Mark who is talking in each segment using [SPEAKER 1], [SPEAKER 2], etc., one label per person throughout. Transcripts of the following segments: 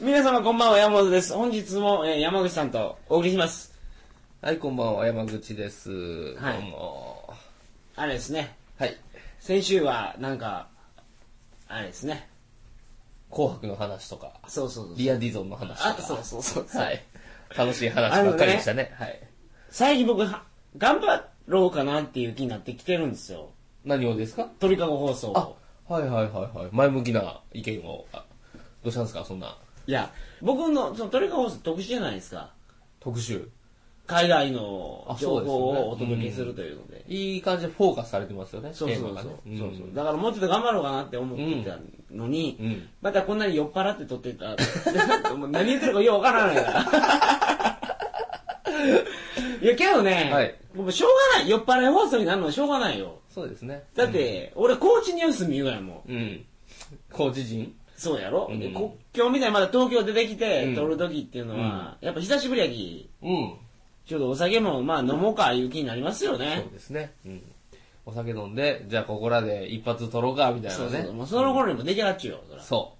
[SPEAKER 1] 皆様こんばんは、山本です。本日も、えー山口さんとお送りします。
[SPEAKER 2] はい、こんばんは、山口です。
[SPEAKER 1] はい
[SPEAKER 2] どうも。
[SPEAKER 1] あれですね、
[SPEAKER 2] はい、
[SPEAKER 1] 先週はなんか、あれですね、
[SPEAKER 2] 紅白の話とか、
[SPEAKER 1] そうそうそう。
[SPEAKER 2] リアディゾンの話と
[SPEAKER 1] あ
[SPEAKER 2] か、、
[SPEAKER 1] そうそうそう。
[SPEAKER 2] はい、楽しい話ばっかりでしたね。はい。
[SPEAKER 1] 最近僕は、頑張ろうかなっていう気になってきてるんですよ。
[SPEAKER 2] 何をですか
[SPEAKER 1] 鳥かご放送
[SPEAKER 2] あ
[SPEAKER 1] を。、
[SPEAKER 2] はいはいはいはい。前向きな意見を、あどうしたんですか、そんない
[SPEAKER 1] や、僕の、その鳥かご放送特殊じゃないですか。
[SPEAKER 2] 特集。
[SPEAKER 1] 海外の
[SPEAKER 2] あ
[SPEAKER 1] 情
[SPEAKER 2] そうですよね
[SPEAKER 1] 報をお届けするというので。
[SPEAKER 2] いい感じでフォーカスされてますよね、
[SPEAKER 1] そうそう
[SPEAKER 2] テーマ
[SPEAKER 1] そ
[SPEAKER 2] が
[SPEAKER 1] う
[SPEAKER 2] ね。
[SPEAKER 1] そうそ
[SPEAKER 2] ん
[SPEAKER 1] う。だからもうちょっと頑張ろうかなって思ってたのに、
[SPEAKER 2] うん
[SPEAKER 1] またこんなに酔っ払って撮って た。もう何言ってるかようわからないから。いやけどね、
[SPEAKER 2] はい
[SPEAKER 1] もうしょうがない。酔っ払い放送になるのはしょうがないよ。
[SPEAKER 2] そうですね。
[SPEAKER 1] だって、俺高知ニュース見るやもん。
[SPEAKER 2] うん。高知人
[SPEAKER 1] そうやろ、
[SPEAKER 2] うん
[SPEAKER 1] でこ今日みたいにまだ東京出てきて、
[SPEAKER 2] うん
[SPEAKER 1] 撮る時っていうのは、やっぱ久しぶりやき、
[SPEAKER 2] うん。
[SPEAKER 1] ちょっとお酒もまあ飲もうかいう気になりますよね
[SPEAKER 2] そう。ですね。うん。お酒飲んで、じゃあここらで一発撮ろうか、みたいなね。
[SPEAKER 1] そうそうそう。もうその頃にも出来上がっちゅうよ、そら。
[SPEAKER 2] そ。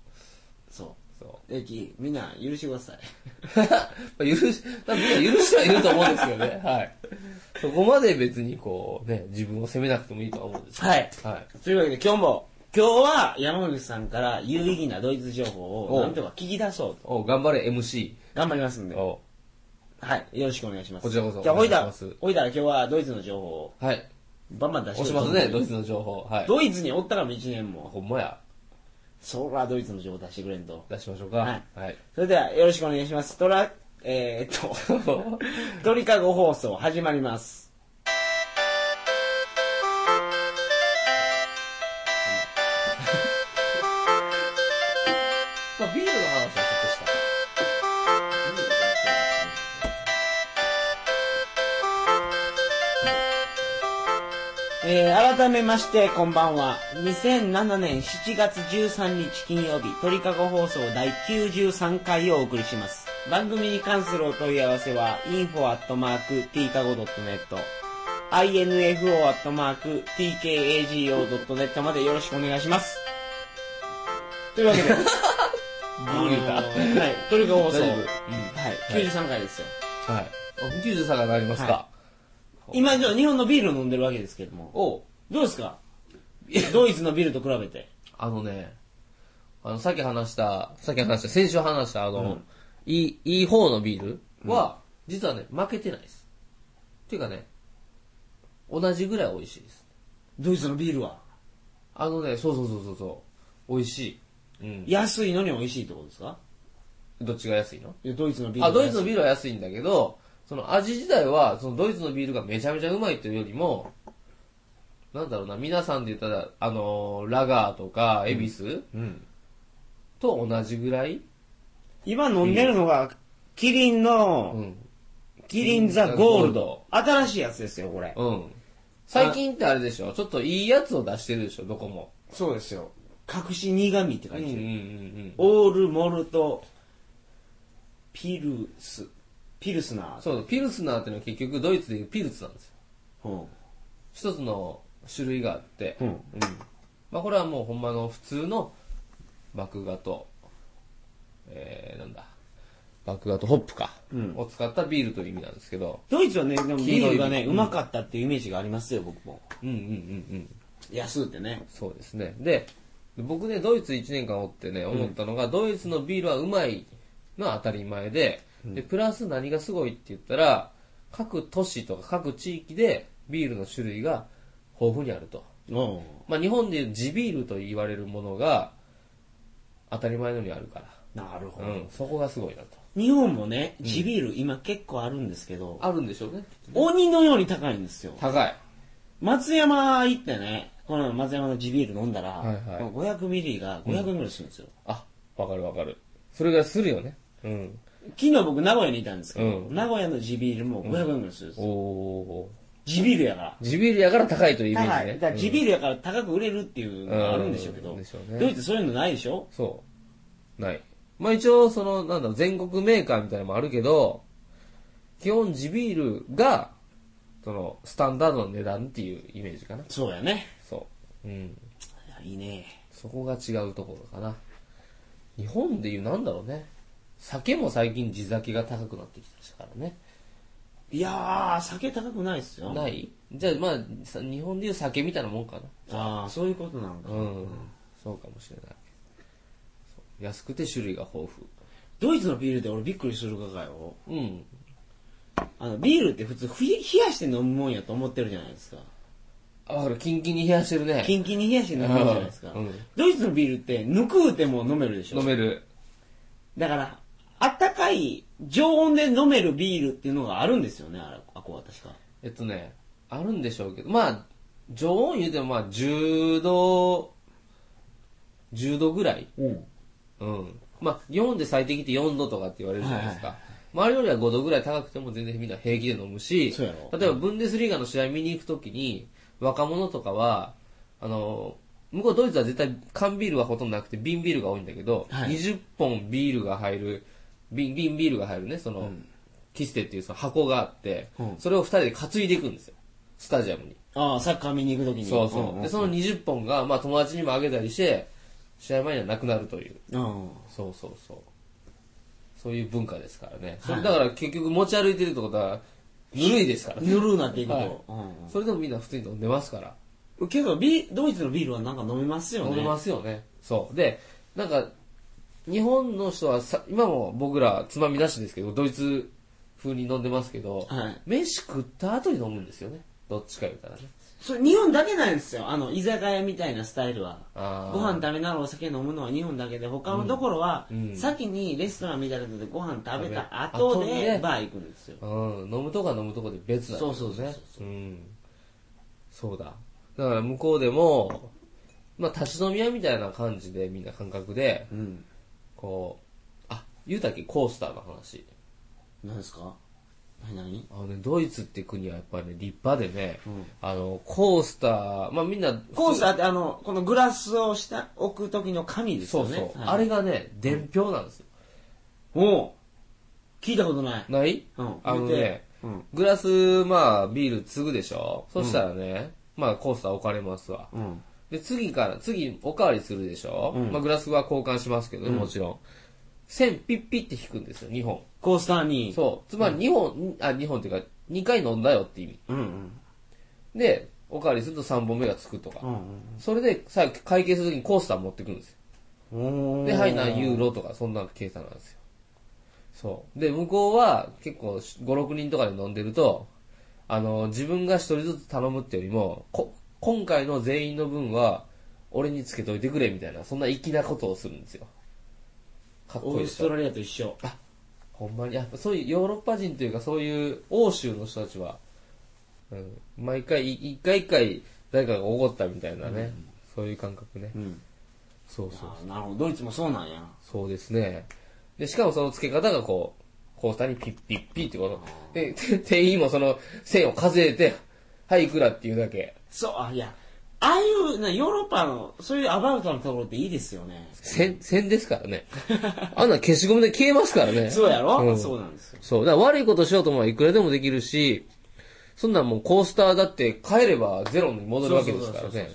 [SPEAKER 1] そう
[SPEAKER 2] そう。
[SPEAKER 1] う。でき、みんな許してください。
[SPEAKER 2] まあ許し、多分みんな許してはいると思うんですけどね。はい。そこまで別にこう、ね、自分を責めなくてもいいとは思うんですけ
[SPEAKER 1] はい。
[SPEAKER 2] ど。はい。
[SPEAKER 1] というわけで今日も、今日は山口さんから有意義なドイツ情報を
[SPEAKER 2] おう
[SPEAKER 1] なんとか聞き出そうと。
[SPEAKER 2] お頑張れ MC。
[SPEAKER 1] 頑張りますんで。
[SPEAKER 2] お
[SPEAKER 1] はい。よろしくお願いします。
[SPEAKER 2] こちらこそ
[SPEAKER 1] じゃあ、
[SPEAKER 2] お
[SPEAKER 1] ほ
[SPEAKER 2] 願
[SPEAKER 1] い
[SPEAKER 2] いし
[SPEAKER 1] だ
[SPEAKER 2] ます、
[SPEAKER 1] ほいだら今日はドイツの情報を
[SPEAKER 2] はい。
[SPEAKER 1] バンバン出して
[SPEAKER 2] 押しますね、ドイ
[SPEAKER 1] ツ。
[SPEAKER 2] ツの情報。はい。
[SPEAKER 1] ドイツにおったから1年も。
[SPEAKER 2] ほんまや。
[SPEAKER 1] そらドイツの情報出してくれんと。
[SPEAKER 2] 出しましょうか。
[SPEAKER 1] はい
[SPEAKER 2] はい。
[SPEAKER 1] それではよろしくお願いします。トラ、えー、っと、 鳥かご放送始まります。
[SPEAKER 2] まあ、ビールの話はちょっとした。
[SPEAKER 1] えー改めまして、こんばんは。2007年7月13日金曜日、鳥かご放送第93回をお送りします。番組に関するお問い合わせは、info.tkago.net、info.tkago.net までよろしくお願いします。というわけで、
[SPEAKER 2] ブルーだ
[SPEAKER 1] あのーはい、鳥かご放送、
[SPEAKER 2] 大
[SPEAKER 1] はい
[SPEAKER 2] 丈夫うん、
[SPEAKER 1] 93回ですよ。
[SPEAKER 2] はい。あ、93がなりますか。
[SPEAKER 1] は今、じゃあ日本のビールを飲んでるわけですけども、
[SPEAKER 2] お
[SPEAKER 1] どうですかドイツのビールと比べて。
[SPEAKER 2] あのね、あの、さっき話した、さっき話した、先週話した、あの、
[SPEAKER 1] うん
[SPEAKER 2] いい、いい方のビールは、実はね、負けてないです。っていうかね、同じぐらい美味しいです。
[SPEAKER 1] ドイツのビールは
[SPEAKER 2] あのね、そうそうそうそうそう、美味しい。うん。
[SPEAKER 1] 安いのに美味しいってことですか
[SPEAKER 2] どっちが安いの
[SPEAKER 1] いやドイツのビール
[SPEAKER 2] あ、ドイツのビ
[SPEAKER 1] ー
[SPEAKER 2] ールは安いんだけど、その味自体は、そのドイツのビールがめちゃめちゃうまいというよりも、なんだろうな、皆さんで言ったら、あのーラガーとか、エビス
[SPEAKER 1] ル、うん、
[SPEAKER 2] と同じぐらい、
[SPEAKER 1] 今飲んでるのがキリン
[SPEAKER 2] う
[SPEAKER 1] の、
[SPEAKER 2] ん、
[SPEAKER 1] キリンザゴールド新しいやつですよこれ
[SPEAKER 2] うん。最近ってあれでしょちょっといいやつを出してるでしょどこも。
[SPEAKER 1] そうですよ隠し苦味って
[SPEAKER 2] う
[SPEAKER 1] 書いてる、
[SPEAKER 2] ん。
[SPEAKER 1] オールモルトピルスピルスナー
[SPEAKER 2] そう、ピルスナーっていうのは結局ドイツでいうピルツなんですよ。
[SPEAKER 1] うん
[SPEAKER 2] 一つの種類があって、
[SPEAKER 1] うん
[SPEAKER 2] まあこれはもうほんまの普通の麦芽と、えー、なんだ、麦芽とホップか、
[SPEAKER 1] うん
[SPEAKER 2] を使ったビールという意味なんですけど、
[SPEAKER 1] ドイツはねでも
[SPEAKER 2] 黄
[SPEAKER 1] ビ
[SPEAKER 2] 色い
[SPEAKER 1] ールがね
[SPEAKER 2] ビール
[SPEAKER 1] うまかったっていうイメージがありますよ僕も
[SPEAKER 2] うんうんうんうん。
[SPEAKER 1] 安うってね
[SPEAKER 2] そうですね。で、僕ね、ドイツ1年間おってね、思ったのが、ドイツのビールはうまいのは当たり前で、で、プラス何がすごいって言ったら、各都市とか各地域でビールの種類が豊富にあると。
[SPEAKER 1] お
[SPEAKER 2] まあ日本でいう地ビールと言われるものが当たり前のようにあるか
[SPEAKER 1] なるほ
[SPEAKER 2] ら、
[SPEAKER 1] ど、
[SPEAKER 2] うん、そこがすごいなと。
[SPEAKER 1] 日本もね地ビール今結構あるんですけど、
[SPEAKER 2] あるんでしょうね。
[SPEAKER 1] 鬼のように高いんですよ
[SPEAKER 2] 高い。
[SPEAKER 1] 松山行ってね、この松山の地ビール飲んだら、
[SPEAKER 2] はいはい
[SPEAKER 1] この500ミリが500円ぐらいするんですよ。
[SPEAKER 2] あ、わかるわかる。それぐらいするよね。うん。
[SPEAKER 1] 昨日僕名古屋にいたんですけど、
[SPEAKER 2] うん
[SPEAKER 1] 名古屋の地ビールも500円ぐらいするんですよ。
[SPEAKER 2] おー。
[SPEAKER 1] 地ビールやから。
[SPEAKER 2] 地ビールやから高いというイメージ
[SPEAKER 1] 高い。
[SPEAKER 2] ね。
[SPEAKER 1] だから地ビールやから高く売れるっていうのがあるんでしょうけ
[SPEAKER 2] う
[SPEAKER 1] ど
[SPEAKER 2] んでしょう、ね
[SPEAKER 1] ドイツそういうのないでしょ
[SPEAKER 2] そう。ない。まあ一応、その、なんだろう、全国メーカーみたいなのもあるけど、基本地ビールが、その、スタンダードの値段っていうイメージかな。
[SPEAKER 1] そうやね。
[SPEAKER 2] そう。うん。
[SPEAKER 1] いやいいね。
[SPEAKER 2] そこが違うところかな。日本でいうなんだろうね。酒も最近地酒が高くなってきましたからね。
[SPEAKER 1] いやー、酒高くないっすよ。
[SPEAKER 2] ないじゃあまあ、さ日本でいう酒みたいなもんか
[SPEAKER 1] ああ、そういうことなん
[SPEAKER 2] な。
[SPEAKER 1] だ。
[SPEAKER 2] うん。そうかもしれない。そう安くて種類が豊
[SPEAKER 1] ドイツのビールで俺びっくりするがかよ。
[SPEAKER 2] 富。うん。
[SPEAKER 1] あの、ビールって普通ふい冷やして飲むもんやと思ってるじゃないですか。
[SPEAKER 2] あ、ほら、キンキンに冷やしてるね。
[SPEAKER 1] キンキンに冷やして飲むもんじゃないですか。
[SPEAKER 2] うん
[SPEAKER 1] ドイツのビールって、ぬくうても飲めるでしょ
[SPEAKER 2] 飲。める。
[SPEAKER 1] だから、あったかい、常温で飲めるビールっていうのがあるんですよね、あれ、あこは確か。
[SPEAKER 2] えっとね、あるんでしょうけど、まあ、常温言うてもまあ、10度、10度ぐらい
[SPEAKER 1] うん。
[SPEAKER 2] うん。まあ、4で最適って4度とかって言われるじゃないですか。
[SPEAKER 1] は
[SPEAKER 2] 周りよりは5度ぐらい高くても全然みんな平気で飲むし、
[SPEAKER 1] そうやろ
[SPEAKER 2] 例えばブンデスリーガの試合見に行くときに、若者とかは、あの、向こうドイツは絶対缶ビールはほとんどなくて瓶ビールが多いんだけど、
[SPEAKER 1] はい
[SPEAKER 2] 20本ビールが入る、瓶瓶ビールが入るね、その、キステっていうその箱があって、
[SPEAKER 1] うん
[SPEAKER 2] それを2人で担いでいくんですよ。スタジアムに。
[SPEAKER 1] ああ、サッカー見に行くときに。
[SPEAKER 2] そうそう。
[SPEAKER 1] ん
[SPEAKER 2] で、その20本が、まあ友達にもあげたりして、試合前にはなくなるという。
[SPEAKER 1] うん。
[SPEAKER 2] そうそうそう。そういう文化ですからね。それ
[SPEAKER 1] はい
[SPEAKER 2] だから結局持ち歩いてるってことは、ぬるいですからね。
[SPEAKER 1] ぬるうなっていくと。
[SPEAKER 2] はい
[SPEAKER 1] うん
[SPEAKER 2] それでもみんな普通に飲んでますから。
[SPEAKER 1] うんけどビ、ドイツのビールはなんか飲めますよね。
[SPEAKER 2] 飲んでますよね。そう。で、なんか、日本の人はさ、今も僕らつまみなしですけど、ドイツ風に飲んでますけど、
[SPEAKER 1] はい
[SPEAKER 2] 飯食った後に飲むんですよね。どっちか言うたらね。
[SPEAKER 1] それ日本だけなんですよ。あの、居酒屋みたいなスタイルは。
[SPEAKER 2] あー
[SPEAKER 1] ご飯食べながらお酒飲むのは日本だけで、他のところは、
[SPEAKER 2] うん
[SPEAKER 1] 先にレストランみたいなのでご飯食べた
[SPEAKER 2] 食
[SPEAKER 1] 後
[SPEAKER 2] べ後
[SPEAKER 1] で
[SPEAKER 2] で
[SPEAKER 1] バー行くんですよ。
[SPEAKER 2] うん、飲むとか飲むとこで別だ
[SPEAKER 1] そうそうそう
[SPEAKER 2] ね
[SPEAKER 1] そう
[SPEAKER 2] うんそうだだから向こうでもまあ立ち飲み屋みたいな感じでみんな感覚で
[SPEAKER 1] うん。
[SPEAKER 2] こうあ言うたっけコースターの話
[SPEAKER 1] 何ですか何何
[SPEAKER 2] あのねドイツって国はやっぱりね立派でね、
[SPEAKER 1] うん
[SPEAKER 2] あのコースターまあみんな
[SPEAKER 1] コースタ
[SPEAKER 2] ー
[SPEAKER 1] ーってあの、このグラスをした、置く時の紙です
[SPEAKER 2] そ
[SPEAKER 1] よ
[SPEAKER 2] う
[SPEAKER 1] ね。
[SPEAKER 2] そう、
[SPEAKER 1] はい
[SPEAKER 2] あれがね伝票なんですよ、
[SPEAKER 1] おう聞いたことない。
[SPEAKER 2] ない、
[SPEAKER 1] うん
[SPEAKER 2] あ
[SPEAKER 1] 言
[SPEAKER 2] の
[SPEAKER 1] うて
[SPEAKER 2] ね、
[SPEAKER 1] うん
[SPEAKER 2] グラスまあビール継ぐでしょそしたらね、まあコースター置かれますわ、
[SPEAKER 1] うん。
[SPEAKER 2] で、次から、次、おかわりするでしょ、
[SPEAKER 1] うん
[SPEAKER 2] まあ、グラスは交換しますけど、もちろん。線ピッピって引くんですよ、2本。
[SPEAKER 1] コースターに。
[SPEAKER 2] そう。つまり2本、あ、2本っていうか、2回飲んだよって意味。
[SPEAKER 1] う。うんうん。
[SPEAKER 2] で、おかわりすると3本目がつくとか。
[SPEAKER 1] うん
[SPEAKER 2] それで、さ、会計するときにコースター持ってくるんですよ。
[SPEAKER 1] うん。おー
[SPEAKER 2] で、はい、何ユーロとか、そんな計算なんですよ。そう。で、向こうは、結構、5、6人とかで飲んでると、あの、自分が一人ずつ頼むってよりも、こ、今回の全員の分は、俺につけといてくれ、みたいな、そんな粋なことをするんですよ。かっこ
[SPEAKER 1] オー
[SPEAKER 2] いいで
[SPEAKER 1] ス
[SPEAKER 2] し
[SPEAKER 1] ト
[SPEAKER 2] ょ。
[SPEAKER 1] ラリアと一緒。
[SPEAKER 2] ほんまに、やっぱそういうヨーロッパ人というか、そういう欧州の人たちは、うん、毎回、い一回一回、誰かがおごったみたいなね、そういう感覚ね。
[SPEAKER 1] うん。
[SPEAKER 2] そうそう
[SPEAKER 1] あーなるほど。ドイツもそうなんや。
[SPEAKER 2] そうですね。で、しかもその付け方がこう、コースターにピッピッピッってこと。で、て 店員もその線を数えて、はい、いくらっていうだけ。
[SPEAKER 1] そう、あ、いや、ああいう、なヨーロッパの、そういうアバウトのところっていいですよね。
[SPEAKER 2] 線、線ですからね。あんな消しゴムで消えますからね。
[SPEAKER 1] そうやろ、
[SPEAKER 2] ん
[SPEAKER 1] そうなんですよ。
[SPEAKER 2] そう。だから悪いことしようと思えばいくらでもできるし、そんなんもうコースターだって帰ればゼロに戻るわけですからね。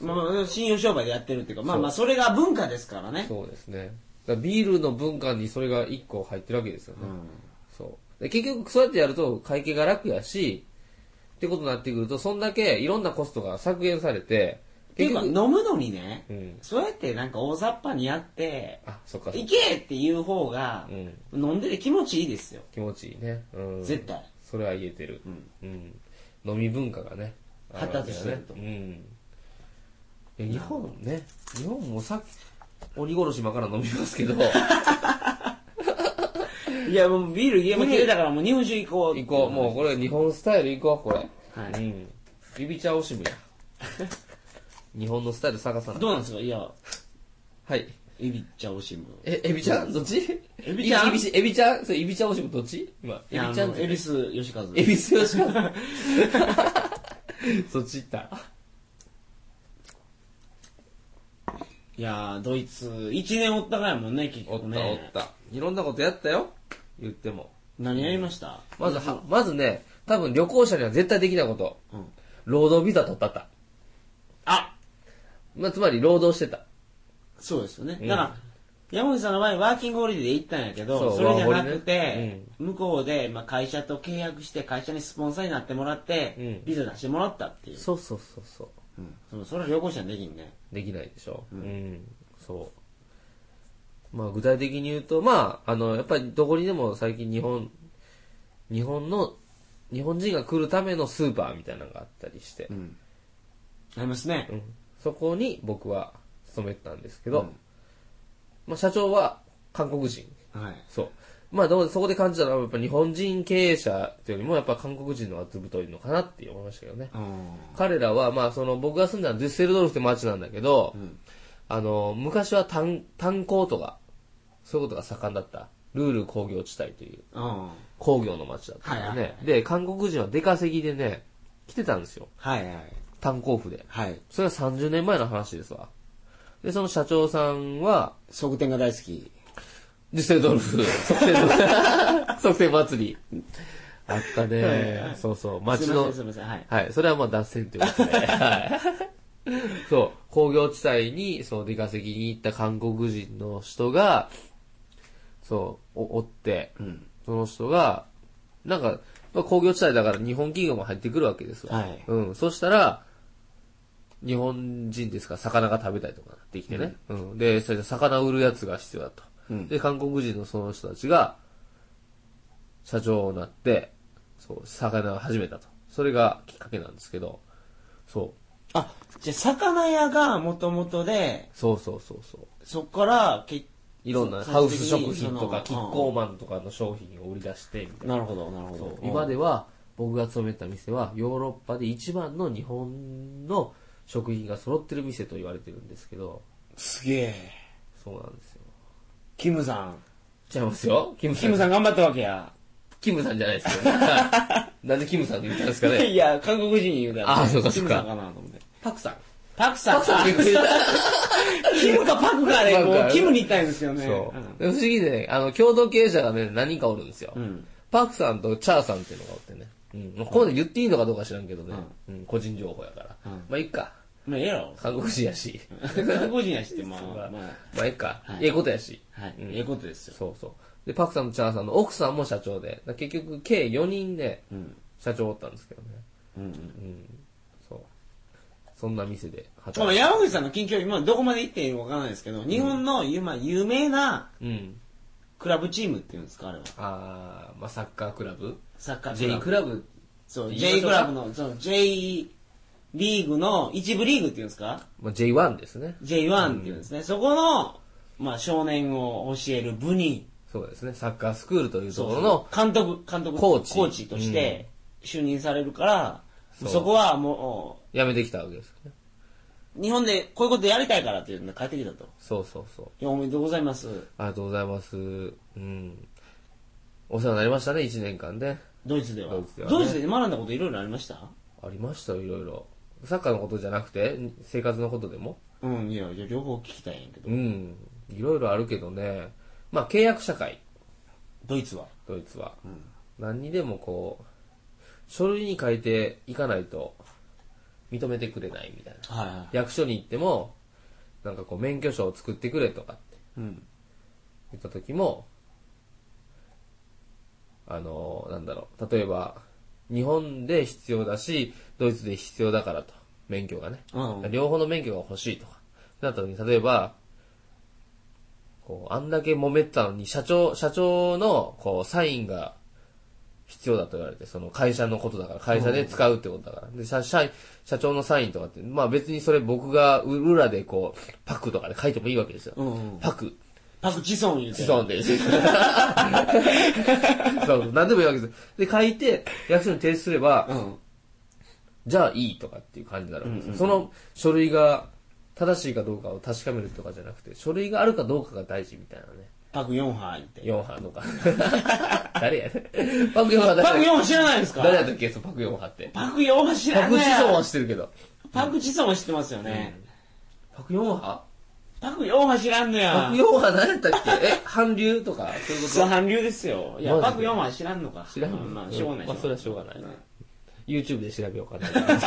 [SPEAKER 1] まあまあ、信用商売でやってるっていうか、まあまあ、それが文化ですからね。
[SPEAKER 2] そうですね。だからビールの文化にそれが一個入ってるわけですよね。
[SPEAKER 1] うん
[SPEAKER 2] そう。で結局そうやってやると会計が楽やし、ってことになってくると、そんだけいろんなコストが削減されて、
[SPEAKER 1] ってい
[SPEAKER 2] 結
[SPEAKER 1] うか、
[SPEAKER 2] 局、
[SPEAKER 1] 飲むのにね、
[SPEAKER 2] うん
[SPEAKER 1] そうやってなんか大雑把にやって、
[SPEAKER 2] あ、そっか、
[SPEAKER 1] 行けっていう方が、
[SPEAKER 2] うん
[SPEAKER 1] 飲んでて気持ちいいですよ。
[SPEAKER 2] 気持ちいいね。うん。
[SPEAKER 1] 絶対。
[SPEAKER 2] それは言えてる。うん。飲み文化がね。
[SPEAKER 1] 発達してると
[SPEAKER 2] あわけだねうん。いや日本もね、日本もさっき、鬼殺し今から飲みますけど、
[SPEAKER 1] いや、もうビール家も切れたから、もう日本酒行こう。
[SPEAKER 2] 行こう。もうこれ日本スタイル行こう、これ。
[SPEAKER 1] はい
[SPEAKER 2] うん。指茶おしむ や。日本のスタイル探さない。
[SPEAKER 1] どうなんですかいや、
[SPEAKER 2] はい。
[SPEAKER 1] エビちゃんおしむ。
[SPEAKER 2] え、エビちゃんどっち
[SPEAKER 1] エビちゃん
[SPEAKER 2] いいエビちゃんそれエビちゃんおしもどっち今。エビちゃん
[SPEAKER 1] エビス吉和。
[SPEAKER 2] エビスよしか。 そっち行った。
[SPEAKER 1] いやー、ドイツ、1年おったかいもんね、結
[SPEAKER 2] おっ
[SPEAKER 1] 局
[SPEAKER 2] た、
[SPEAKER 1] ね。
[SPEAKER 2] おった。いろんなことやったよ。言っても。
[SPEAKER 1] 何やりました
[SPEAKER 2] まずは、まずね、多分旅行者には絶対できないこと。
[SPEAKER 1] うん。
[SPEAKER 2] 労働ビザ取ったった。
[SPEAKER 1] あ
[SPEAKER 2] まあ、つまり労働してた。
[SPEAKER 1] そうですよね。
[SPEAKER 2] うん
[SPEAKER 1] だから、山口さんの場合ワーキングホリデーで行ったんやけど
[SPEAKER 2] そう
[SPEAKER 1] それじゃなくて、
[SPEAKER 2] ワーホリね
[SPEAKER 1] 向こうで、まあ、会社と契約して会社にスポンサーになってもらって、
[SPEAKER 2] うん
[SPEAKER 1] ビザ出してもらったっていう、
[SPEAKER 2] そうそうそうそ
[SPEAKER 1] う
[SPEAKER 2] う
[SPEAKER 1] ん、そのそれは旅行者にできんね
[SPEAKER 2] できないでしょ、
[SPEAKER 1] う
[SPEAKER 2] うんんそうまあ具体的に言うとまああのやっぱりどこにでも最近日本日本の日本人が来るためのスーパーみたいなのがあったりして、
[SPEAKER 1] うんありますね
[SPEAKER 2] うんそこに僕は勤めてたんですけど、
[SPEAKER 1] うん
[SPEAKER 2] まあ、社長は韓国人
[SPEAKER 1] はい
[SPEAKER 2] そうまあでもそこで感じたのはやっぱ日本人経営者っていうよりもやっぱ韓国人の厚太いのかなって思いましたけどね
[SPEAKER 1] うん
[SPEAKER 2] 彼らはまあその僕が住んだのはデュッセルドルフって街なんだけど、
[SPEAKER 1] うん
[SPEAKER 2] あの、昔は炭、炭鉱とか、そういうことが盛んだった。ルール工業地帯という
[SPEAKER 1] うん
[SPEAKER 2] 工業の町だったんだよね。
[SPEAKER 1] はいは
[SPEAKER 2] で、韓国人は出稼ぎでね、来てたんですよ。
[SPEAKER 1] はいはい
[SPEAKER 2] 炭鉱夫で。
[SPEAKER 1] はい
[SPEAKER 2] それは30年前の話ですわ。で、その社長さんは、
[SPEAKER 1] 側転が大好き
[SPEAKER 2] デュッセルドルフ、 測定ドルフ測定祭り。あったね。そうそう。町
[SPEAKER 1] す、いませ
[SPEAKER 2] の
[SPEAKER 1] んすいませんはい
[SPEAKER 2] はい。それはまあ脱線という ことで。はい。そう。工業地帯に、そう、出稼ぎに行った韓国人の人が、そう、お、おって、
[SPEAKER 1] うん
[SPEAKER 2] その人が、なんか、まあ、工業地帯だから日本企業も入ってくるわけですよ。
[SPEAKER 1] はい
[SPEAKER 2] うん。そしたら、日本人ですから魚が食べたいとかなってきてね。うん。で、それで魚売るやつが必要だと。
[SPEAKER 1] うん
[SPEAKER 2] で、韓国人のその人たちが、社長になって、そう、魚を始めたと。それがきっかけなんですけど、そう、
[SPEAKER 1] あじゃあ魚屋がもともとで
[SPEAKER 2] そうそうそうそう。
[SPEAKER 1] そっからけ
[SPEAKER 2] いろんな
[SPEAKER 1] そ
[SPEAKER 2] ハウス食
[SPEAKER 1] そ
[SPEAKER 2] 品
[SPEAKER 1] の
[SPEAKER 2] とか、
[SPEAKER 1] うん
[SPEAKER 2] キッコーマンとかの商品を売り出して、みたいな。
[SPEAKER 1] なるほどなるほ
[SPEAKER 2] そう
[SPEAKER 1] ど
[SPEAKER 2] 今では僕が勤めてた店はヨーロッパで一番の日本の食品が揃ってる店と言われてるんですけど
[SPEAKER 1] すげえ
[SPEAKER 2] そうなんですよ
[SPEAKER 1] キムさん
[SPEAKER 2] ちゃいますよキム
[SPEAKER 1] キ
[SPEAKER 2] さん
[SPEAKER 1] ムさん頑張ったわけや
[SPEAKER 2] キムさんじゃないですよ はいなんでキムさんって言ったんですかね
[SPEAKER 1] いや、韓国人言うから。
[SPEAKER 2] あそうか
[SPEAKER 1] キ
[SPEAKER 2] そう
[SPEAKER 1] ム
[SPEAKER 2] か
[SPEAKER 1] さんかなと思って。
[SPEAKER 2] パクさん
[SPEAKER 1] パクさ
[SPEAKER 2] パ
[SPEAKER 1] ん
[SPEAKER 2] クさんって 言ってた
[SPEAKER 1] キムかパクかね、
[SPEAKER 2] パクか
[SPEAKER 1] こう、キムに行ったんですよね。
[SPEAKER 2] そうで不思議でねあの共同経営者がね何人かおるんですよ、
[SPEAKER 1] うん。
[SPEAKER 2] パクさんとチャーさんっていうのがおってねうん、ここまで言っていいのかどうか知らんけどね、うん、個人情報やから、
[SPEAKER 1] うん
[SPEAKER 2] まあいっか
[SPEAKER 1] まあ、ええやろ。
[SPEAKER 2] 韓国人やし
[SPEAKER 1] 韓国人やしって、まあ、ま
[SPEAKER 2] まあいっか、
[SPEAKER 1] はい
[SPEAKER 2] ええことやし
[SPEAKER 1] あ、はい。
[SPEAKER 2] うん
[SPEAKER 1] ええことですよ。
[SPEAKER 2] そうそう。で、パクさんとチャーさんの奥さんも社長で、だから結局計4人で
[SPEAKER 1] うん。
[SPEAKER 2] 社長おったんですけどね。
[SPEAKER 1] うんうん。
[SPEAKER 2] うん。そう。そんな店で
[SPEAKER 1] まあ、
[SPEAKER 2] 働いて。
[SPEAKER 1] 山口さんの近況、今どこまで行っていいのかわからないですけど、日本の、まあ、有名な
[SPEAKER 2] うん。
[SPEAKER 1] クラブチームっていうんですか、あれは。
[SPEAKER 2] あー、まあサッカークラブ
[SPEAKER 1] サッカー
[SPEAKER 2] ?J クラブ
[SPEAKER 1] そう、
[SPEAKER 2] 言い
[SPEAKER 1] J
[SPEAKER 2] ましょ
[SPEAKER 1] ク
[SPEAKER 2] うか
[SPEAKER 1] ラブの、そう、J リーグの、一部リーグっていうんですか
[SPEAKER 2] まあ J1 ですね。
[SPEAKER 1] ?J1 っていうんですね。そこの、まあ、少年を教える部に、
[SPEAKER 2] そうですね。サッカースクールというところ
[SPEAKER 1] の
[SPEAKER 2] の、
[SPEAKER 1] 監督、監督、
[SPEAKER 2] コーチ
[SPEAKER 1] として就任されるから、
[SPEAKER 2] そう
[SPEAKER 1] そこはも
[SPEAKER 2] 辞めてきたわけですよね。
[SPEAKER 1] う、日本でこういうことやりたいからっていうんで帰ってきたと。
[SPEAKER 2] そうそうそう。
[SPEAKER 1] いや、おめでとうございます。
[SPEAKER 2] ありがとうございます。うん。お世話になりましたね、1年間で。
[SPEAKER 1] ドイツでは。ドイ
[SPEAKER 2] ドイ
[SPEAKER 1] ツ
[SPEAKER 2] ツ
[SPEAKER 1] で,、
[SPEAKER 2] ではね
[SPEAKER 1] 学んだこといろいろありました
[SPEAKER 2] ありましたよ、いろいろ。サッカーのことじゃなくて、生活のことでも
[SPEAKER 1] うん、いや、いや両方聞きたいんやけど。
[SPEAKER 2] うん。いろいろあるけどね。まあ、契約社会、
[SPEAKER 1] ドイツは。
[SPEAKER 2] ドイツは。何にでもこう、書類に書いていかないと認めてくれないみたいな。
[SPEAKER 1] はいは
[SPEAKER 2] 役所に行っても、なんかこう、免許証を作ってくれとかって
[SPEAKER 1] い。うん。
[SPEAKER 2] 言った時も、あの、なんだろう。例えば、日本で必要だし、ドイツで必要だからと。免許がね。
[SPEAKER 1] うん
[SPEAKER 2] 両方の免許が欲しいとか。なった時に、例えば、こう、あんだけ揉めてたのに、社長、社長の、こう、サインが必要だと言われて、その会社のことだから、会社で使うってことだから。で、社、社、社長のサインとかって、まあ別にそれ僕が裏でこう、パクとかで書いてもいいわけですよ。
[SPEAKER 1] うん。
[SPEAKER 2] パク、
[SPEAKER 1] パクチソン言うて。
[SPEAKER 2] 子孫です。そう、何でもいいわけですで、書いて、役所に提出すれば、
[SPEAKER 1] うん。
[SPEAKER 2] じゃあいいとかっていう感じになるわけですよ、
[SPEAKER 1] うん
[SPEAKER 2] その書類が正しいかどうかを確かめるとかじゃなくて、書類があるかどうかが大事みたいなね。
[SPEAKER 1] パク4波言って。
[SPEAKER 2] 4波とか。 誰やねパク4波誰
[SPEAKER 1] パク
[SPEAKER 2] や
[SPEAKER 1] 4波知らないんですか
[SPEAKER 2] 誰やったっけそうパク4波って。
[SPEAKER 1] パク4波知
[SPEAKER 2] パ
[SPEAKER 1] ら
[SPEAKER 2] ク
[SPEAKER 1] ない。
[SPEAKER 2] チソンは知ってるけど。
[SPEAKER 1] パクチソンは知ってますよね。
[SPEAKER 2] パク4波
[SPEAKER 1] パク4波知らんのや。
[SPEAKER 2] パク4波何やったっけえ、韓流とかそういうこ
[SPEAKER 1] それ韓流ですよ。いや、
[SPEAKER 2] マジで
[SPEAKER 1] パク4は知らんのか。
[SPEAKER 2] 知らんの
[SPEAKER 1] まあ、しょうがない。
[SPEAKER 2] まあそれはしょうがない YouTube で調べようか な。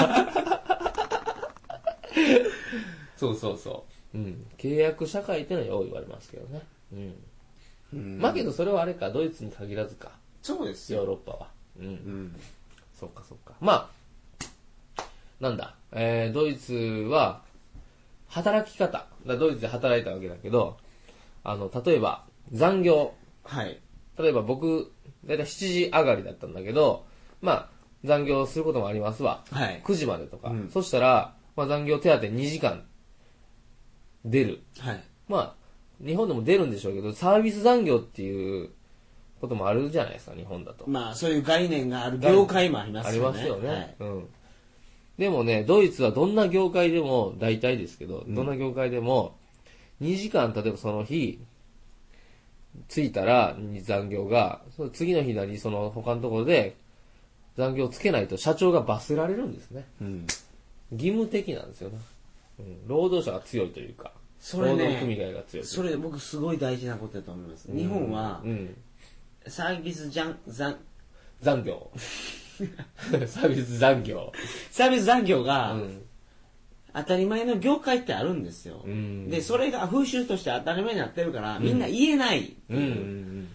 [SPEAKER 2] そうそうそう。うん。契約社会ってのはよう言われますけどね。うん。
[SPEAKER 1] うん
[SPEAKER 2] まあけどそれはあれか、ドイツに限らずか、
[SPEAKER 1] そうです
[SPEAKER 2] ヨー
[SPEAKER 1] よ。
[SPEAKER 2] ロッパは。うん。
[SPEAKER 1] うん。
[SPEAKER 2] そっかそっか。まあ、なんだ、えー、ドイツは、働き方。だからドイツで働いたわけだけど、あの、例えば、残業。
[SPEAKER 1] はい。
[SPEAKER 2] 例えば僕、だいたい7時上がりだったんだけど、まあ、残業することもありますわ。
[SPEAKER 1] はい。
[SPEAKER 2] 9時までとか。
[SPEAKER 1] うん
[SPEAKER 2] そしたら、まあ残業手当2時間出る。
[SPEAKER 1] はい。
[SPEAKER 2] まあ、日本でも出るんでしょうけど、サービス残業っていうこともあるじゃないですか、日本だと。
[SPEAKER 1] まあ、そういう概念がある業界もありま
[SPEAKER 2] あ
[SPEAKER 1] す
[SPEAKER 2] り
[SPEAKER 1] よね。
[SPEAKER 2] ますよね。
[SPEAKER 1] はい
[SPEAKER 2] うん。でもね、ドイツはどんな業界でも、大体ですけど、どんな業界でも、2時間、例えばその日、着いたら残業が、その次の日なり、その他のところで残業つけないと社長が罰せられるんですね。
[SPEAKER 1] うん。
[SPEAKER 2] 義務的なんですよね。うん、労働者が強いというか、
[SPEAKER 1] それね
[SPEAKER 2] 労働組合が強いというか
[SPEAKER 1] それ僕すごい大事なことだと思います。日本は
[SPEAKER 2] う、ん、
[SPEAKER 1] サービスじゃん、残、
[SPEAKER 2] 残業。 サービス残業。
[SPEAKER 1] サービス残業
[SPEAKER 2] う
[SPEAKER 1] が、
[SPEAKER 2] ん。
[SPEAKER 1] 当たり前の業界ってあるんですよ、
[SPEAKER 2] うん
[SPEAKER 1] でそれが風習として当たり前になってるから、みんな言えないって
[SPEAKER 2] うん。う。
[SPEAKER 1] いうん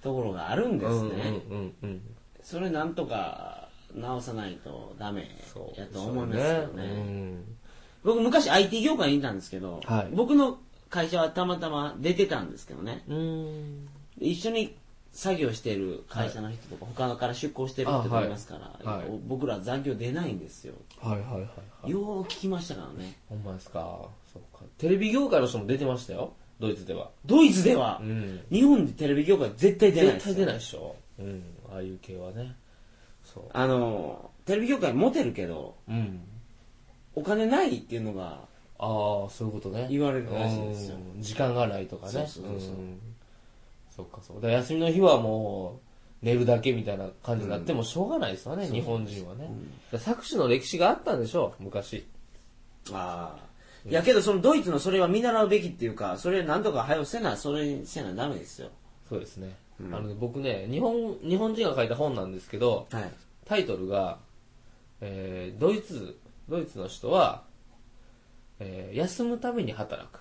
[SPEAKER 1] ところがあるんで
[SPEAKER 2] う
[SPEAKER 1] す
[SPEAKER 2] ん。
[SPEAKER 1] ね、
[SPEAKER 2] うん。うん。
[SPEAKER 1] それなんとか直さないとダメ
[SPEAKER 2] そう
[SPEAKER 1] やと思うんですけどね
[SPEAKER 2] うん
[SPEAKER 1] 僕昔 IT 業界にいたんですけど、
[SPEAKER 2] はい
[SPEAKER 1] 僕の会社はたまたま出てたんですけどね
[SPEAKER 2] うん
[SPEAKER 1] 一緒に作業してる会社の人とか、他から出向してる人
[SPEAKER 2] あ
[SPEAKER 1] が
[SPEAKER 2] はい
[SPEAKER 1] いますから、
[SPEAKER 2] はい
[SPEAKER 1] 僕ら残業出ないんですよ、
[SPEAKER 2] はいはいはいはい
[SPEAKER 1] よう聞きましたからね
[SPEAKER 2] ほんまですかそうかテレビ業界の人も出てましたよドイツでは
[SPEAKER 1] ドイツでは、
[SPEAKER 2] ん
[SPEAKER 1] 日本でテレビ業界絶対出ないで
[SPEAKER 2] 絶
[SPEAKER 1] すよ
[SPEAKER 2] 対出ないでしょうんああいう系はねそ
[SPEAKER 1] あのテレビ業界モテるけど
[SPEAKER 2] ううん
[SPEAKER 1] お金ないっていうのが
[SPEAKER 2] ああそういうことね
[SPEAKER 1] 言われるらしいですよ
[SPEAKER 2] うん時間がないとかね
[SPEAKER 1] そうそうそうそうん
[SPEAKER 2] そっかそうだから休みの日はもう寝るだけみたいな感じになってもしょうがないですよね、日本人はね、だから搾取の歴史があったんでしょう昔
[SPEAKER 1] ああいやけどそのドイツのそれは見習うべきっていうかそれなんとか早うせなそれにせなダメですよ
[SPEAKER 2] そうですね、あのね僕ね日本日本人が書いた本なんですけど
[SPEAKER 1] はい
[SPEAKER 2] タイトルが、えードイツドイツの人は、えー休むために働く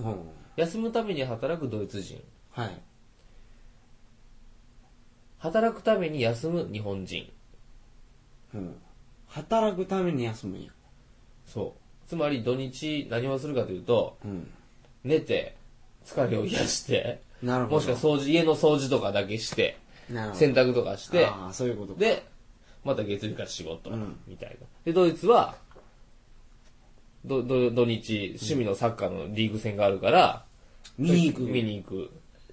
[SPEAKER 1] うん
[SPEAKER 2] 休むために働くドイツ人
[SPEAKER 1] はい
[SPEAKER 2] 働くために休む日本人
[SPEAKER 1] うん働くために休むんや
[SPEAKER 2] そうつまり土日何をするかというと
[SPEAKER 1] うん
[SPEAKER 2] 寝て疲れを癒して
[SPEAKER 1] なるほど
[SPEAKER 2] もしくは掃除家の掃除とかだけして
[SPEAKER 1] なるほど
[SPEAKER 2] 洗濯とかして
[SPEAKER 1] ああそういうことか
[SPEAKER 2] で、また月曜日から仕事、
[SPEAKER 1] うん
[SPEAKER 2] みたいな。で、ドイツは、ど、ど、土日、趣味のサッカーのリーグ戦があるから、
[SPEAKER 1] 見に行く
[SPEAKER 2] 見に行く。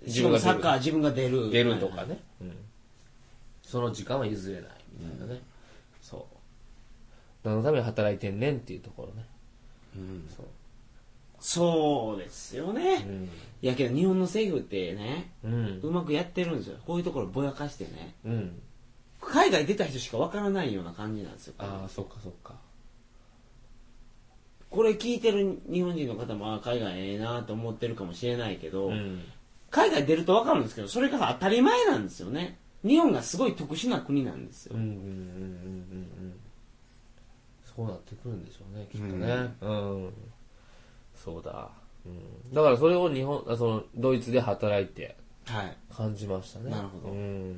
[SPEAKER 1] しかもサッカー
[SPEAKER 2] ー
[SPEAKER 1] 自分が出る
[SPEAKER 2] 出ると
[SPEAKER 1] はい
[SPEAKER 2] かね、うん。その時間は譲れない、みたいなね。そう。何のために働いてんねんっていうところね。
[SPEAKER 1] うん
[SPEAKER 2] そう。
[SPEAKER 1] そうですよね、
[SPEAKER 2] うん。
[SPEAKER 1] いやけど日本の政府ってね
[SPEAKER 2] うん。
[SPEAKER 1] うまくやってるんですよこういうところぼやかしてね
[SPEAKER 2] うん。
[SPEAKER 1] 海外出た人しかわからないような感じなんですよ
[SPEAKER 2] ああ、そっかそっか。
[SPEAKER 1] これ聞いてる日本人の方もあー海外ええなと思ってるかもしれないけど、
[SPEAKER 2] うん。
[SPEAKER 1] 海外出るとわかるんですけどそれが当たり前なんですよね日本がすごい特殊な国なんです
[SPEAKER 2] う
[SPEAKER 1] よ、
[SPEAKER 2] んうんうんうんうんうんそうなってくるんでしょうねきっとねうん、そうだ、うん、だからそれを日本あそのドイツで働いて
[SPEAKER 1] はい
[SPEAKER 2] 感じましたね
[SPEAKER 1] なるほど
[SPEAKER 2] うん、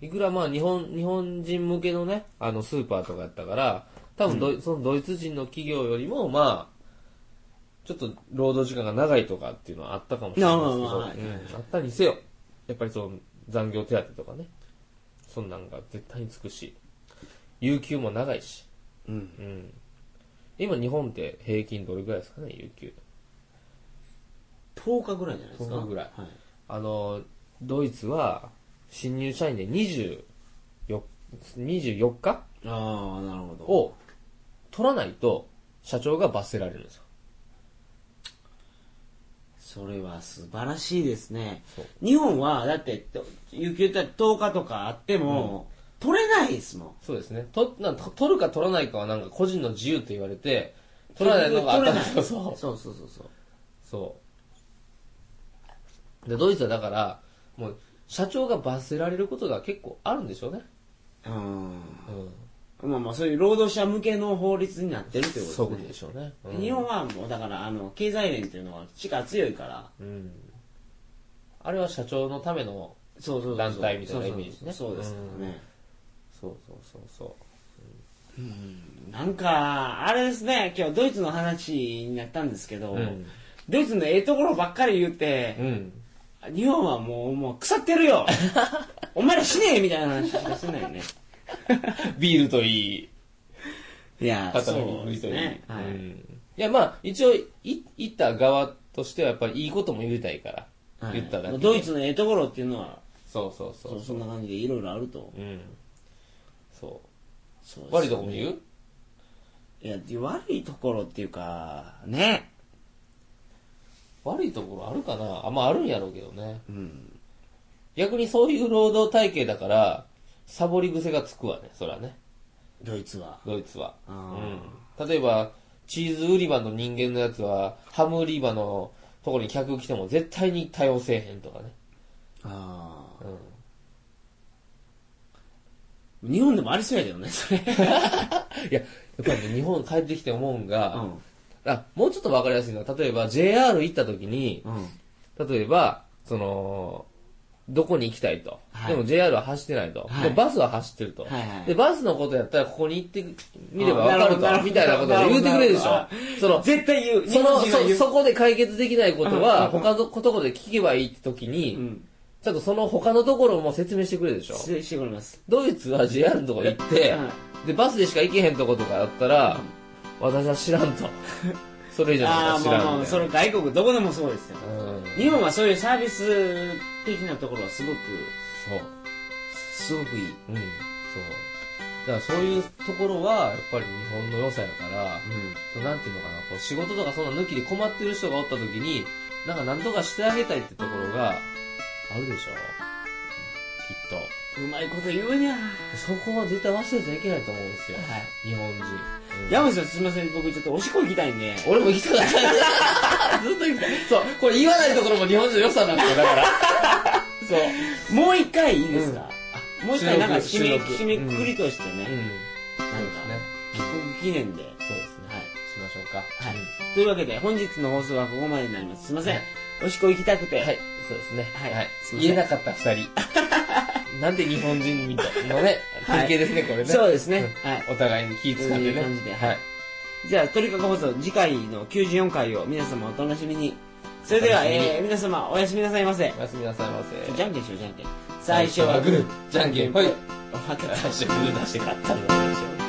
[SPEAKER 2] いくらまあ日本日本人向けのねあのスーパーとかやったから多分ドイ、そのドイツ人の企業よりもまあちょっと労働時間が長いとかっていうのはあったかもしれないですけ
[SPEAKER 1] まあまあ
[SPEAKER 2] ど、
[SPEAKER 1] まあはいはいはい
[SPEAKER 2] うんあったにせよやっぱりその残業手当とかねそんなんが絶対につくし有給も長いし、
[SPEAKER 1] うん
[SPEAKER 2] うん、今日本って平均どれぐらいですかね有給
[SPEAKER 1] 10日ぐらいじゃないですか
[SPEAKER 2] 10日ぐらい
[SPEAKER 1] はい、
[SPEAKER 2] あの、ドイツは、新入社員で24 24日
[SPEAKER 1] ああなるほど
[SPEAKER 2] を取らないと、社長が罰せられるんですよ。
[SPEAKER 1] それは素晴らしいですね
[SPEAKER 2] そう
[SPEAKER 1] 日本はだってと有給って10日とかあっても、取れないですもん
[SPEAKER 2] そうですね。となんと取るか取らないかはなんか個人の自由って言われて、取らないのが当たり前
[SPEAKER 1] 取れない
[SPEAKER 2] そ
[SPEAKER 1] そうう。そうそうそう
[SPEAKER 2] そう。で、ドイツはだから、もう、社長が罰せられることが結構あるんでしょうね。
[SPEAKER 1] うん
[SPEAKER 2] うん。
[SPEAKER 1] まあまあそういう労働者向けの法律になってるってことですね
[SPEAKER 2] でしょうね。うん
[SPEAKER 1] 日本はもうだからあの経済連っていうのは力強いから
[SPEAKER 2] うん。あれは社長のための、
[SPEAKER 1] そうそうそう
[SPEAKER 2] 団体みたいなイメージね
[SPEAKER 1] そうそうそうそうですからね、
[SPEAKER 2] そうそうそうそ
[SPEAKER 1] なんかあれですね今日ドイツの話になったんですけど、
[SPEAKER 2] うん
[SPEAKER 1] ドイツのええところばっかり言って
[SPEAKER 2] う。、うん。
[SPEAKER 1] 日本はもうもう腐ってる よお前ら死ねえみたいな話しかしてないよね
[SPEAKER 2] ビールといい、
[SPEAKER 1] いや
[SPEAKER 2] 肩
[SPEAKER 1] そ
[SPEAKER 2] の
[SPEAKER 1] うで
[SPEAKER 2] 水
[SPEAKER 1] す
[SPEAKER 2] といい。
[SPEAKER 1] ね、はい
[SPEAKER 2] うんいや、まあ、一応、い、行った側としてはやっぱりいいことも入れたいから。
[SPEAKER 1] はい
[SPEAKER 2] 言っただけで。
[SPEAKER 1] ドイツのええところっていうのは
[SPEAKER 2] そうそうそ
[SPEAKER 1] そう
[SPEAKER 2] う。
[SPEAKER 1] そんな感じでいろいろあると
[SPEAKER 2] うん。そ
[SPEAKER 1] そう
[SPEAKER 2] う。
[SPEAKER 1] です
[SPEAKER 2] 悪いとこも言う
[SPEAKER 1] いや悪いところっていうかね
[SPEAKER 2] 悪いところあるかなあ、まああるんやろうけどね。
[SPEAKER 1] うん
[SPEAKER 2] 逆にそういう労働体系だから、サボり癖がつくわね、そらね。
[SPEAKER 1] ドイツは
[SPEAKER 2] ドイツは。う
[SPEAKER 1] あ
[SPEAKER 2] ん。例えば、チーズ売り場の人間のやつは、ハム売り場のとこに客来ても絶対に対応せえへんとかね。
[SPEAKER 1] ああ
[SPEAKER 2] うん。
[SPEAKER 1] 日本でもありそうやけどねそれ、
[SPEAKER 2] いや、やっぱりね、日本帰ってきて思うん
[SPEAKER 1] う
[SPEAKER 2] が、
[SPEAKER 1] ん
[SPEAKER 2] あ、もうちょっとわかりやすいのは、例えば JR 行った時に、
[SPEAKER 1] うん
[SPEAKER 2] 例えば、その、どこに行きたいと。
[SPEAKER 1] はい
[SPEAKER 2] でも JR は走ってないと。
[SPEAKER 1] はい
[SPEAKER 2] でもバスは走ってると、
[SPEAKER 1] はいはい
[SPEAKER 2] で、バスのことやったらここに行ってみれば
[SPEAKER 1] あ
[SPEAKER 2] わか
[SPEAKER 1] なる
[SPEAKER 2] る
[SPEAKER 1] ほどなるほ
[SPEAKER 2] と。
[SPEAKER 1] ど
[SPEAKER 2] みたいなことを言うてくれるでし
[SPEAKER 1] なる ほど。
[SPEAKER 2] ょその、
[SPEAKER 1] 絶対言う
[SPEAKER 2] その
[SPEAKER 1] 日本人は
[SPEAKER 2] そ、
[SPEAKER 1] 言う
[SPEAKER 2] そこで解決できないことは、
[SPEAKER 1] うん
[SPEAKER 2] 他のところで聞けばいいって時に、
[SPEAKER 1] うん
[SPEAKER 2] ちゃんとその他のところも説明してくれるでしょ。
[SPEAKER 1] 失礼してくれます
[SPEAKER 2] ドイツは JR のとこ行って、で、バスでしか行けへんとことかだったら、私は知らん と。それ以上の
[SPEAKER 1] ああ
[SPEAKER 2] こと
[SPEAKER 1] ま
[SPEAKER 2] は
[SPEAKER 1] あま
[SPEAKER 2] 知らん
[SPEAKER 1] あ
[SPEAKER 2] みた
[SPEAKER 1] そ
[SPEAKER 2] いな。
[SPEAKER 1] れ外国どこでもそうですよ
[SPEAKER 2] うん。
[SPEAKER 1] 日本はそういうサービス的なところはすごく
[SPEAKER 2] そう。
[SPEAKER 1] すごくいい
[SPEAKER 2] うん、そう。だからそういうところは、やっぱり日本の良さやから、そうなんていうのかな、こう仕事とかそんな抜きで困ってる人がおった時に、なんか何とかしてあげたいってところが、あるでしょ。きっと。
[SPEAKER 1] うんうまいこと言うにゃは
[SPEAKER 2] そこは絶対忘れちゃいけないと思うんですよ。日本人。うん
[SPEAKER 1] い山口さんすいません僕ちょっとおしっこ行きたいんで
[SPEAKER 2] 俺も行きたかった。ずっと行きたい。そう、これ言わないところも日本人の良さなんですよ、だから。そう。
[SPEAKER 1] もう一回いいですか、もう一回なんか締め
[SPEAKER 2] 収録
[SPEAKER 1] 締めくくりとして
[SPEAKER 2] うん。
[SPEAKER 1] ね、な
[SPEAKER 2] そうんで
[SPEAKER 1] か
[SPEAKER 2] すね。
[SPEAKER 1] 帰国記念で、
[SPEAKER 2] そうですね。
[SPEAKER 1] はい
[SPEAKER 2] しましょうか。
[SPEAKER 1] はいというわけで本日の放送はここまでになりますすいません、
[SPEAKER 2] はい
[SPEAKER 1] おしっこ行きたくて、
[SPEAKER 2] はい、そうですね。
[SPEAKER 1] はい
[SPEAKER 2] はい
[SPEAKER 1] すいません
[SPEAKER 2] 言えなかった二人。 なんで日本人みたいなね、
[SPEAKER 1] はい
[SPEAKER 2] 関係ですね、これね。
[SPEAKER 1] そうですね、はい
[SPEAKER 2] お互いに気使ってね。
[SPEAKER 1] そういう感じで
[SPEAKER 2] はい。
[SPEAKER 1] じゃあ、鳥かご放送、次回の94回を皆様お楽しみに。それでは、
[SPEAKER 2] お楽しみに
[SPEAKER 1] えー、皆様おやすみなさいませ。
[SPEAKER 2] おやすみなさいませ。
[SPEAKER 1] じゃんけんしよう、じゃんけん。最初はグー、
[SPEAKER 2] じゃんけんぽい。
[SPEAKER 1] 分かった。
[SPEAKER 2] 最初はグー出して勝ったんだ。